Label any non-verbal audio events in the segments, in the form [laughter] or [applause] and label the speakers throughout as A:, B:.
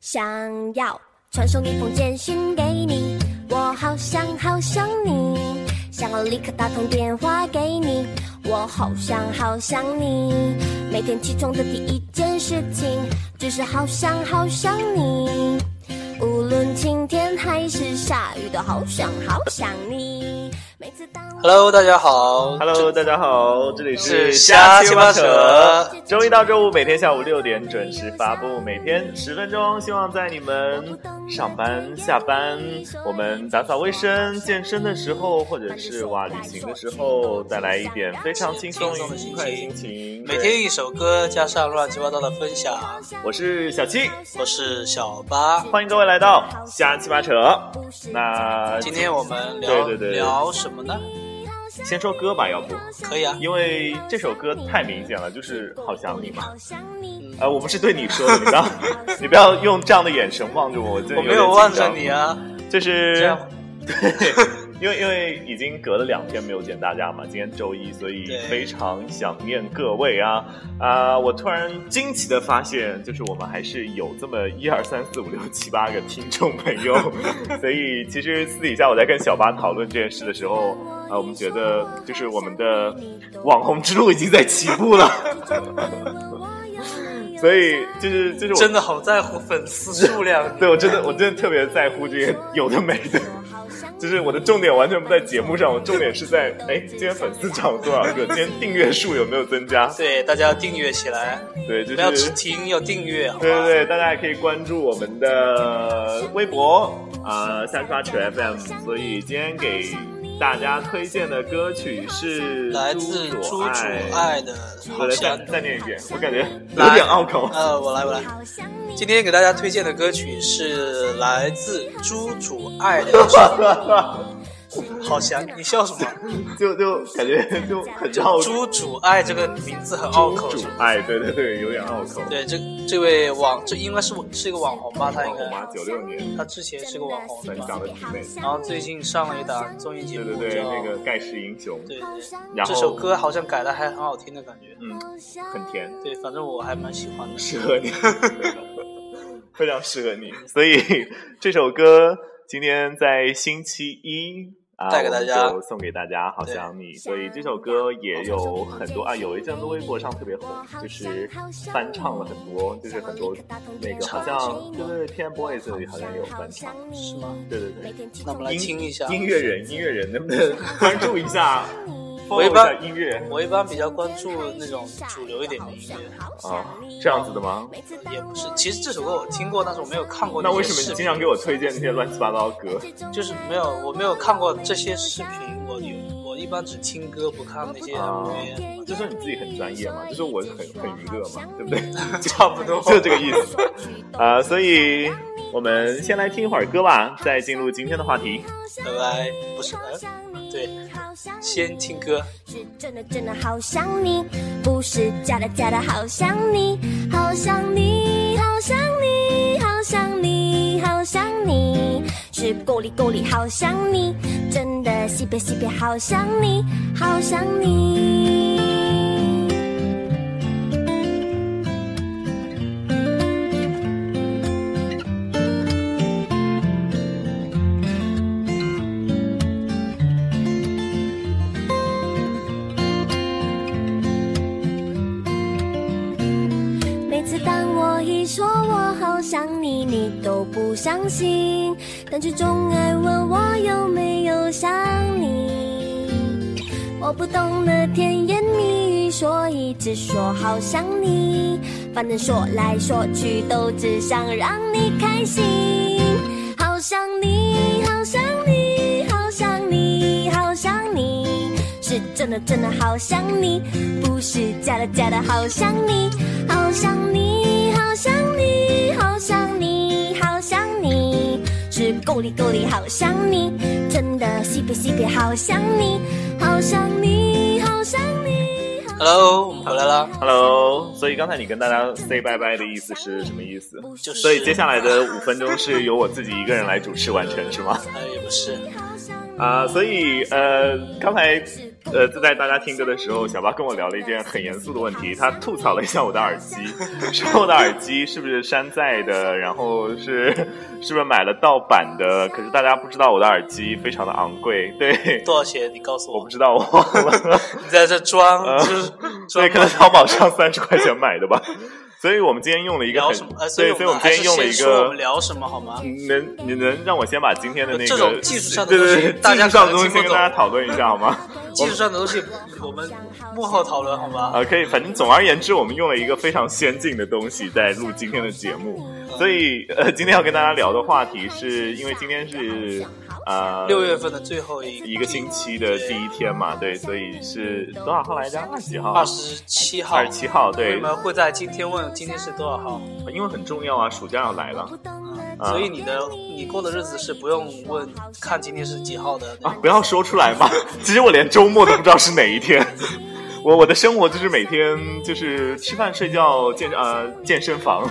A: 想要传送一封简讯给你，我好想好想你，想要立刻打通电话给你，我好想好想你。每天起床的第一件事情就是好想好想你，无论晴天还是下雨，都好想好想你。每次当我
B: Hello，大家好。
C: Hello，大家好，这里
B: 是瞎
C: 瞎七
B: 七
C: 八
B: 八
C: 扯
B: 扯。
C: 周一到周五每天下午六点准时发布，每天十分钟，希望在你们上班、下班、我们打扫卫生、健身的时候，或者是哇旅行的时候，带来一点非常轻松、愉
B: 轻松的心情
C: 快的心情。
B: 每
C: 对
B: 天一首歌，加上乱七八糟的分享。
C: 我是小七，
B: 我是小八。
C: 欢迎各位来到瞎七八扯。那
B: 今天我们聊
C: 对对对
B: 聊什么呢？
C: 先说歌吧，要不？
B: 可以啊，
C: 因为这首歌太明显了，就是好想你嘛。
A: 好想你，
B: 嗯
C: 呃，我不是对你说的，你不要， [laughs] 你不要用这样的眼神望着我，我真的
B: 我没有
C: 点
B: 望
C: 紧
B: 着
C: 张
B: 你，啊。
C: 就是
B: 这样
C: [laughs] 对，因为因为已经隔了两天没有见大家嘛，今天周一，所以
B: 对
C: 非常想念各位啊啊、我突然惊奇的发现，就是我们还是有这么一二三四五六七八个听众朋
B: [laughs]
C: 友，所以其实私底下我在跟小八讨论这件事的时候，啊、我们觉得就是我们的网红之路已经在起步了。 [laughs] 所以就是就是我
B: 真的好在乎粉丝数量。
C: 对我真的我真的特别在乎这些有的没的， [laughs] 就是我的重点完全不在节目上，我重点是在哎今天粉丝涨了多少个，今天订阅数有没有增
B: [laughs]
C: 加？
B: 对，大家要订阅起来，
C: 对，就
B: 不要
C: 是
B: 只听，要订阅，好吧？
C: 对对对，大家也可以关注我们的微博啊三刷扯 FM，所以今天给大家推荐的歌曲是
B: 来自朱主
C: 主
B: 爱的《
C: 我
B: 好
C: 来
B: 想
C: 再
B: 你》。
C: 再念一遍，我感觉
B: 来
C: 有点拗口。
B: 呃，我来，我来。今天给大家推荐的歌曲是来自朱主爱的
C: [laughs]
B: 《好想你》。你笑什么？
C: 就就感觉就很绕口。
B: 朱主爱这个名字很拗口。
C: 主爱，对对对，有点拗口。
B: 对，这这位网，这应该是是一个网红吧？他应
C: 网红吗
B: 该，
C: 96年
B: 他之前是个网红，
C: 对长得挺美的
B: 然后最近上了一档综艺节
C: 对
B: 目
C: 对
B: 叫，
C: 对，那个盖世英雄，
B: 对对
C: 然后
B: 这首歌好像改的还很好听的感觉。
C: 嗯，很甜，
B: 对，反正我还蛮喜欢的。
C: 适合你， [laughs] 非常适合你。所
B: [laughs]
C: 以这首歌今天在星期一。啊，
B: 带给大家
C: 我们就送给大家《好想你》，所以这首歌也有很多啊，有一阵子微博上特别红，就是翻唱了很多，就是很多那个好像对对对，TFBOYS 里好像也有翻唱，
B: 是吗？
C: 对对对，
B: 那我们来听一下。
C: 音乐人，音乐人能不能关注一
B: [laughs]
C: 下
B: 我一
C: ，follow 一
B: 般
C: 下音乐
B: 我一般比较关注那种主流一点的音乐，
C: 啊？这样子的吗？
B: 也不是。其实这首歌我听过，但是我没有看过
C: 那
B: 些
C: 为什么
B: 视
C: 你经
B: 频
C: 常给我推荐那些乱七八糟的歌？
B: 就是没有，我没有看过这些视频，我有我一般只听歌不看那些
C: 啊
B: MV，、
C: [laughs] 就说你自己很专业嘛，就说我很很娱乐嘛，对不对？
B: 差不多。
C: 就这个意思。啊、所以我们先来听一会儿歌吧，再进入今天的话题。
B: 拜拜，不是，呃对，先听歌。
A: 是真的真的好想你，不是假的假的好想你，好想你，好想你，好想你，好想你，是够力够力好想你，真的西北西北好想你，好想你。每次当我一说我好想你，你都不相信，但却总爱问我有没有想你。我不懂得甜言蜜语，所以只说好想你。反正说来说去都只想让你开心。好想你，好想你，好想你，好想你，是真的真的好想你，不是假的假的好想你，好想你，好想你，好想你，好想你，是够力够力好想你，真的西北西北好想你，好想你，好想你。好想你
B: Hello，我们回来啦。
C: Hello，所以刚才你跟大家 say bye bye 的意思是什么意思？
B: 就是
C: 所以接下来的五分钟是由我自己一个
B: 哎
C: 人来主持完成，是吗？
B: 呃，也不是，
C: 啊、所以呃，刚才呃，就在大家听歌的时候，小八跟我聊了一件很严肃的问题，他吐槽了一下我的耳机，说我的耳机是不是山寨的，然后是是不是买了盗版的？可是大家不知道我的耳机非常的昂贵，对，
B: 多少钱？你告诉
C: 我
B: 我
C: 不，知道，我 [laughs] 忘了，
B: 你在这
C: [laughs]
B: 装，就是
C: 所
B: 装
C: 以啊可能淘宝上三十块钱买的吧。 [laughs] 所以我们今天用了一个
B: 聊
C: 很
B: 什么？呃，，
C: 对，所以我们今天用了
B: 还
C: 一
B: 是先说我
C: 个
B: 们聊什么好吗？
C: 能你能让我先把今天的那个
B: 这种技术上的
C: 对
B: 东西
C: 对对
B: 大家
C: 技术上
B: 可能
C: 的东西
B: 听不
C: 先跟
B: 懂
C: 大家讨论一下好吗？
B: 技术上的东西，我们幕后讨论好吗？
C: 啊，可以，反正总而言之，我们用了一个非常先进的东西在录今天的节目，所以呃，今天要跟大家聊的话题是因为今天是呃
B: 六月份的最后一
C: 一个星期的第一天嘛，对，所以是多少号来着？二十几号？
B: 二十七号，
C: 二十七号，
B: 为
C: 对嗯
B: 什，么会在今天问今天是多少号？
C: 因为很重要啊，暑假要来了啊
B: 所以你的你过的日子是不用问看今天是几号的那
C: 啊，不要说出来嘛，其实我连周末都不知道是哪一天。我我的生活就是每天就是吃饭睡觉健呃健身
B: [laughs]
C: 房，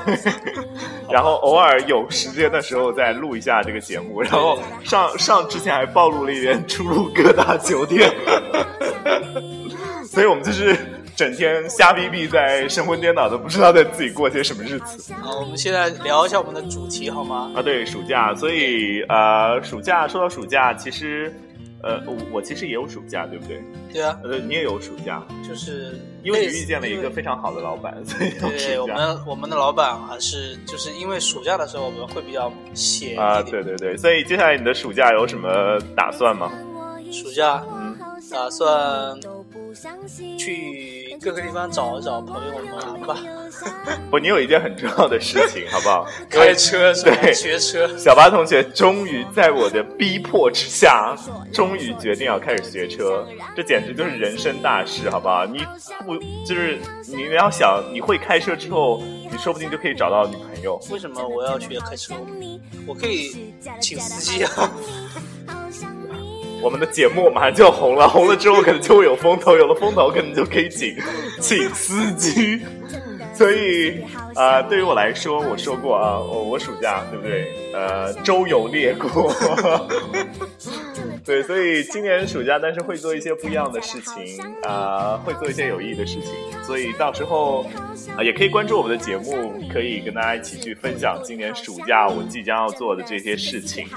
C: [laughs] 然后偶尔有时间的时候再录一下这个节目，然后上上之前还暴露了一点 [laughs] 出入各大酒店， [laughs] 所以我们就是整天瞎逼逼在神魂颠倒的，不知道在自己过些什么日子。
B: 个。好，我们现在聊一下我们的主题好吗？
C: 啊，对，暑假，所以呃，暑假说到暑假，其实呃，我我其实也有暑假，对不对？
B: 对啊，
C: 呃，你也有暑假，
B: 就是
C: 因为
B: 类
C: 你
B: 似
C: 遇见了一
B: 因
C: 个
B: 为
C: 非常好的老板，所以有
B: 对
C: 暑
B: 我
C: 假。
B: 们我们的老板还是就是因为暑假的时候我们会比较闲一点，
C: 啊，对对对，所以接下来你的暑假有什么打算吗？
B: 暑假
A: 嗯，
B: 打算去各个地方找一找朋友们玩吧，
C: 不，你有一件很重要的事情，好不好？因
B: 开
C: 为
B: 车是吧？
C: 对
B: 学车，
C: 小八同学终于在我的逼迫之下，终于决定要开始学车，这简直就是人生大事，好不好？你不就是你要想你会开车之后， [laughs] 你说不定就可以找到女朋友。
B: 为什么我要学开车？我可以请司机啊。
C: 我们的节目马上就要红了，红了之后可能 [laughs] 就会有风头，有了风头可能就可以请 [laughs] 请司机。所以啊、呃对于我来说，我说过啊，我我暑假对不对？呃，周游列国。 [laughs] 对，所以今年暑假，但是会做一些不一样的事情啊、呃会做一些有意义的事情。所以到时候啊、也可以关注我们的节目，可以跟大家一起去分享今年暑假我即将要做的这些事情。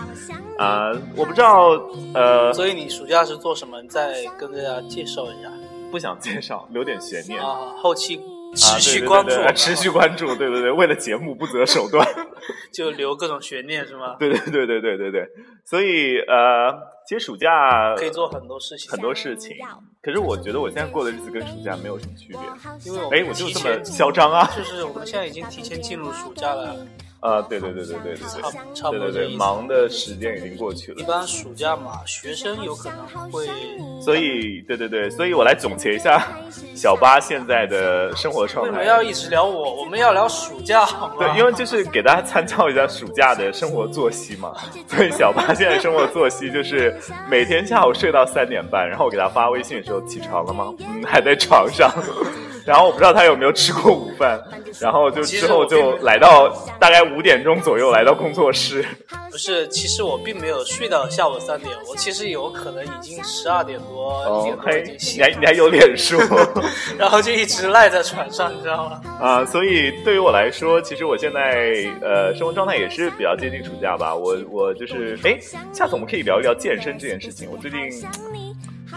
C: 啊、我不知道，呃，
B: 所以你暑假是做什么？你再跟大家介绍一下
C: 不想介绍，留点悬念。
B: 啊。后期
C: 啊
B: 持续
C: 对对对
B: 关注我
C: 对
B: 们，
C: [laughs] 持续关注，对对对，为了节目不择手
B: [laughs]
C: 段，
B: 就留各种悬念是吗？
C: 对对对对对对对，所以呃，其实暑假
B: 可以做很多事情，
C: 很多事情，可是我觉得我现在过的日子跟暑假没有什么区别。
B: 因为我
C: 哎，
B: 们
C: 我就
B: 提
C: 这么
B: 前，
C: 嚣张啊！
B: 就是我们现在已经提前进入暑假了，
C: 啊，对对对对对对
B: 差
C: 对，
B: 不差不
C: 对
B: 多
C: 对
B: 这意
C: 对，
B: 思。
C: 忙的时间已经过去
B: 一
C: 了，
B: 般暑假嘛，学生有可能会
C: 所以对对对，所以我来总结一下
A: [laughs]
C: 小八现在的生活
B: 为
C: 状
B: 什么
C: 态。
B: 要一直聊我？我们要聊暑
C: [laughs]
B: 假好吗？
C: 对，因为就是给大家参照一下暑假的生活作息嘛。 [laughs] 所以小八现在生活作息就是每天下午睡到三点半，然后我给他发微信的时候起床了吗？嗯，还在床上。 [laughs] 然后我不知道他有没有吃过午饭，然后就之后就来到大概五点钟左右来到工作室。
B: 不是，其实我并没有睡到下午三点，我其实有可能已经十二点多、一点多
C: 嘿
B: 已经
C: 哦你
B: 醒
C: 还
B: 了，
C: 你还有脸说？
B: [laughs] 然后就一直赖在床上，你知道吗？
C: 啊，所以对于我来说，其实我现在呃生活状态也是比较接近暑假吧。我我就是哎，下次我们可以聊一聊健身这件事情。我最近
B: 为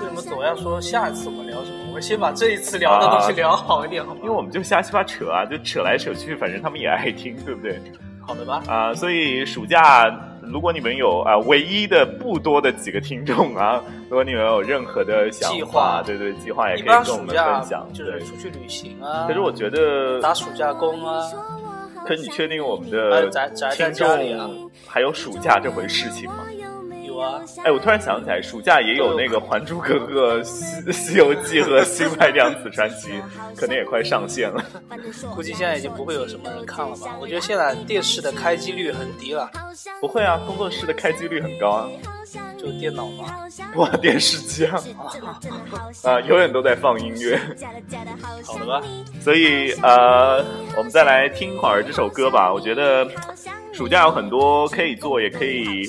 B: 什么总要说下一次我们聊什么？我们先把这一次聊的东西聊好一点，好吗？
C: 啊因为我们就瞎鸡巴扯啊，就扯来扯去，反正他们也爱听，对不对？
B: 好的吧？
C: 啊、所以暑假如果你们有啊、唯一的不多的几个听众啊，如果你们有任何的想法，
B: 计划
C: 对对，计划也
B: 一
C: 哎可
B: 般
C: 以跟我
B: 暑
C: 们
B: 假
C: 分享。
B: 就是
C: 对，
B: 出去旅行啊，
C: 可是我觉得，
B: 打暑假工啊，
C: 可你确定我们
B: 呃
C: 的
B: 宅宅在
C: 听
B: 家里啊
C: 众还有暑假这回事情吗？
B: 有啊，
C: 哎，我突然想起来，暑假也有那个《还珠格格》《西西游记》和《新白娘子传奇》， [laughs] 可能也快上线了。
B: [laughs] 估计现在已经不会有什么人看了吧？我觉得现在电视的开机率啊很低了，
C: 不会啊，工作室的开机率很高啊，
B: 就电脑嘛。
C: 哇，电视机 [laughs] 啊，啊，永远都在放音乐。
B: 好了吧？
C: 所以呃，我们再来听一会儿这首歌吧。我觉得暑哎啊假有很多可以做，也可以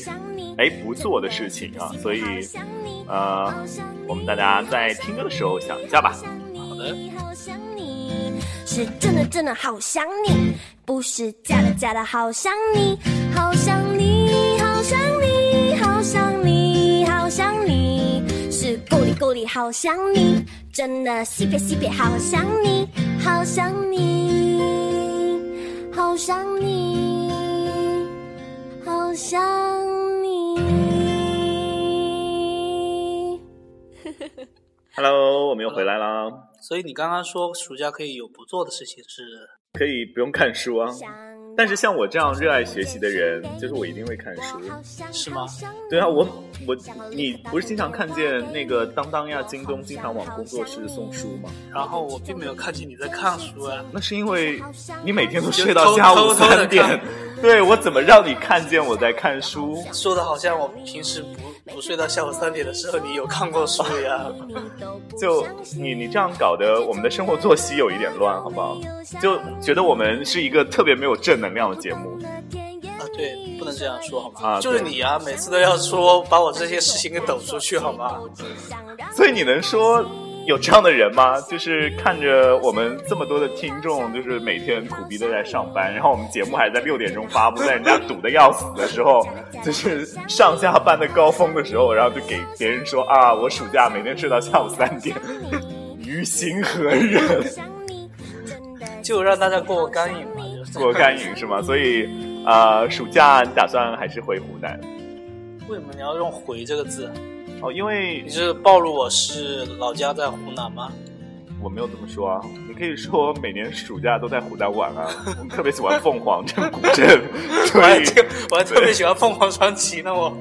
C: 哎不做的事情啊，所以呃，我们大家在听歌的时候想一下吧。
B: 好的，
A: 好想你，是真的真的好想你，不是假的假的好想你，好想你，好想你，好想你，好想你，是够力够力好想你，真的西北西北好想你，好想你，好想你，好想你。
C: Hello，我们又回来啦，
B: 所以你刚刚说暑假可以有不做的事情是，
C: 可以不用看书啊。但是像我这样热爱学习的人，就是我一定会看书。
B: 是吗？
C: 对啊，我我你不是经常看见那个当当呀、京东经常往工作室送书吗？
B: 然后我并没有看见你在看书啊。
C: 那是因为你每天都睡到下午
B: [laughs]
C: 三点。对我怎么让你看见我在看书？
B: 说的好像我平时不不睡到下午三点的时候，你有看过书一样。
C: 就你你这样搞得我们的生活作息有一点乱，好不好？ [laughs] 就觉得我们是一个特别没有正能量的节目。
B: 啊，对，不能这样说好吗？
C: 啊
B: 就是
C: 对
B: 你啊，每次都要说把我这些事情给抖出去好吗？
C: [laughs] 所以你能说有这样的人吗？就是看着我们这么多的听众，就是每天苦逼的在上班，然后我们节目还在六点钟发布，在人家堵得要死的时候，就是上下班的高峰的时候，然后就给别人说啊，我暑假每天睡到下午三点，于心何忍？
B: [laughs] 就让大家过过干瘾嘛，就是
C: 我干瘾是吗？所以啊、暑假你打算还是回湖南？
B: 为什么你要用“回”这个字？
C: 哦，因为
B: 你是暴露我是老家在湖南吗？
C: 我没有这么说啊，你可以说每年暑假都在湖南玩啊，我们特别喜欢凤凰这个古镇， [laughs]
B: 我 [laughs] 还
C: 对，
B: 我还特别喜欢凤凰传奇呢，我。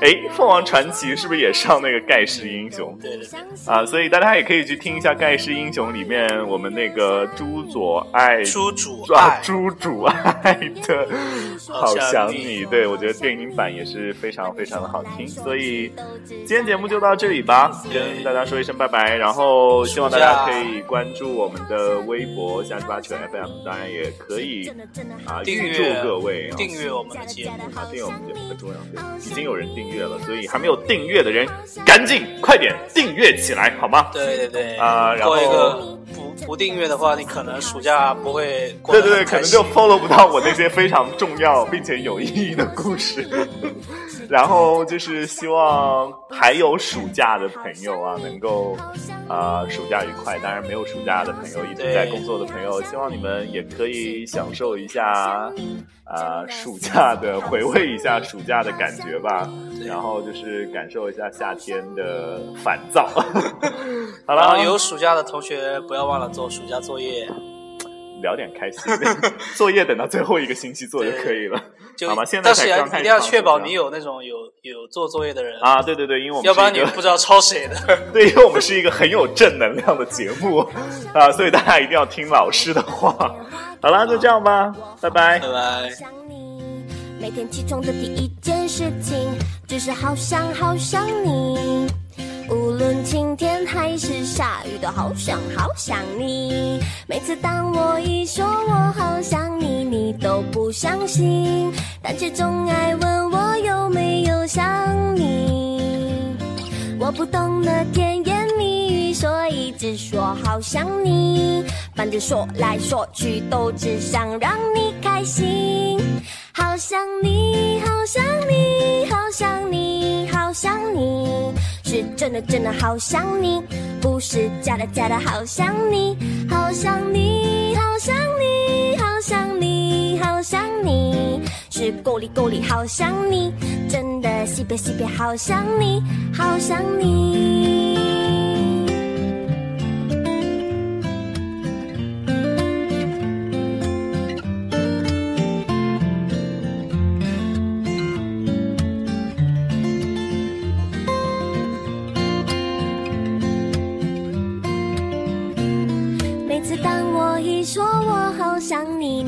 C: 哎，凤凰传奇是不是也上那个盖世英雄？
B: 对对对，
C: 啊，所以大家也可以去听一下《盖世英雄》里面我们那个朱左爱
B: 朱主
C: 啊
B: 爱，
C: 朱主爱的《好想
B: 好想
C: 你
B: 你》，
C: 对我觉得电影版也是非常非常的好听，所以今天节目就到这里吧，跟大家说一声拜拜，然后希望大家可以关注我们的微博下十八球 FM，当然也可以啊
B: 订
C: 预
B: 阅
C: 祝各位啊
B: 订阅我们的节目。
C: 啊订阅我们节目很重要，对，已经有人订阅了，所以还没有订阅的人赶紧快点订阅起来好吗？
B: 对对对，
C: 啊然后
B: 过一个不不订阅的话，你可能暑假不会过
C: 对
B: 得
C: 对
B: 很
C: 对，可
B: 开
C: 能
B: 心
C: 就 follow 不到我那些非常重要并且有意义的
B: [laughs]
C: 故事。然后就是希望还有暑假的朋友啊，能够啊、暑假愉快。当然没有暑假的朋友，一直在工作的朋友，希望你们也可以享受一下啊、暑假的回味一下暑假的感觉吧。然后就是感受一下夏天的烦躁。 [laughs] 好
B: 然后
C: 了，
B: 有暑假的同学不要忘了做暑假作业，
C: 聊点开心的，作业等到最后一个星期做就可以了。
B: 就
C: 好吧现在
B: 但是
C: 才
B: 要
C: 刚
B: 一
C: 开始
B: 定要
C: 放
B: 确
C: 暑
B: 保
C: 假
B: 你有那种有有做作业的人，
C: 啊，对对对，因为我们
B: 要不然
C: 是
B: 你
C: 一个
B: 不知道抄谁
C: [laughs]
B: 的。
C: 对，因为我们是一个很有正能量的节目啊，所以大家一定要听老师的话。好啦，就这样吧，拜拜
B: 拜。拜。
A: 想你，每天起床的第一件事情就是好想好想你。无论晴天还是下雨，都好想好想你。每次当我一说我好想你，你都不相信，但却总爱问我有没有想你。我不懂得甜言蜜语，所以只说好想你。反正说来说去，都只想让你开心。好想你，好想你，好想你，好想你，是真的真的好想你，不是假的假的好想你，好想你，好想你，好想你，好想你，是够力够力好想你，真的西北西北好想你，好想你。每次当我一说我好想你，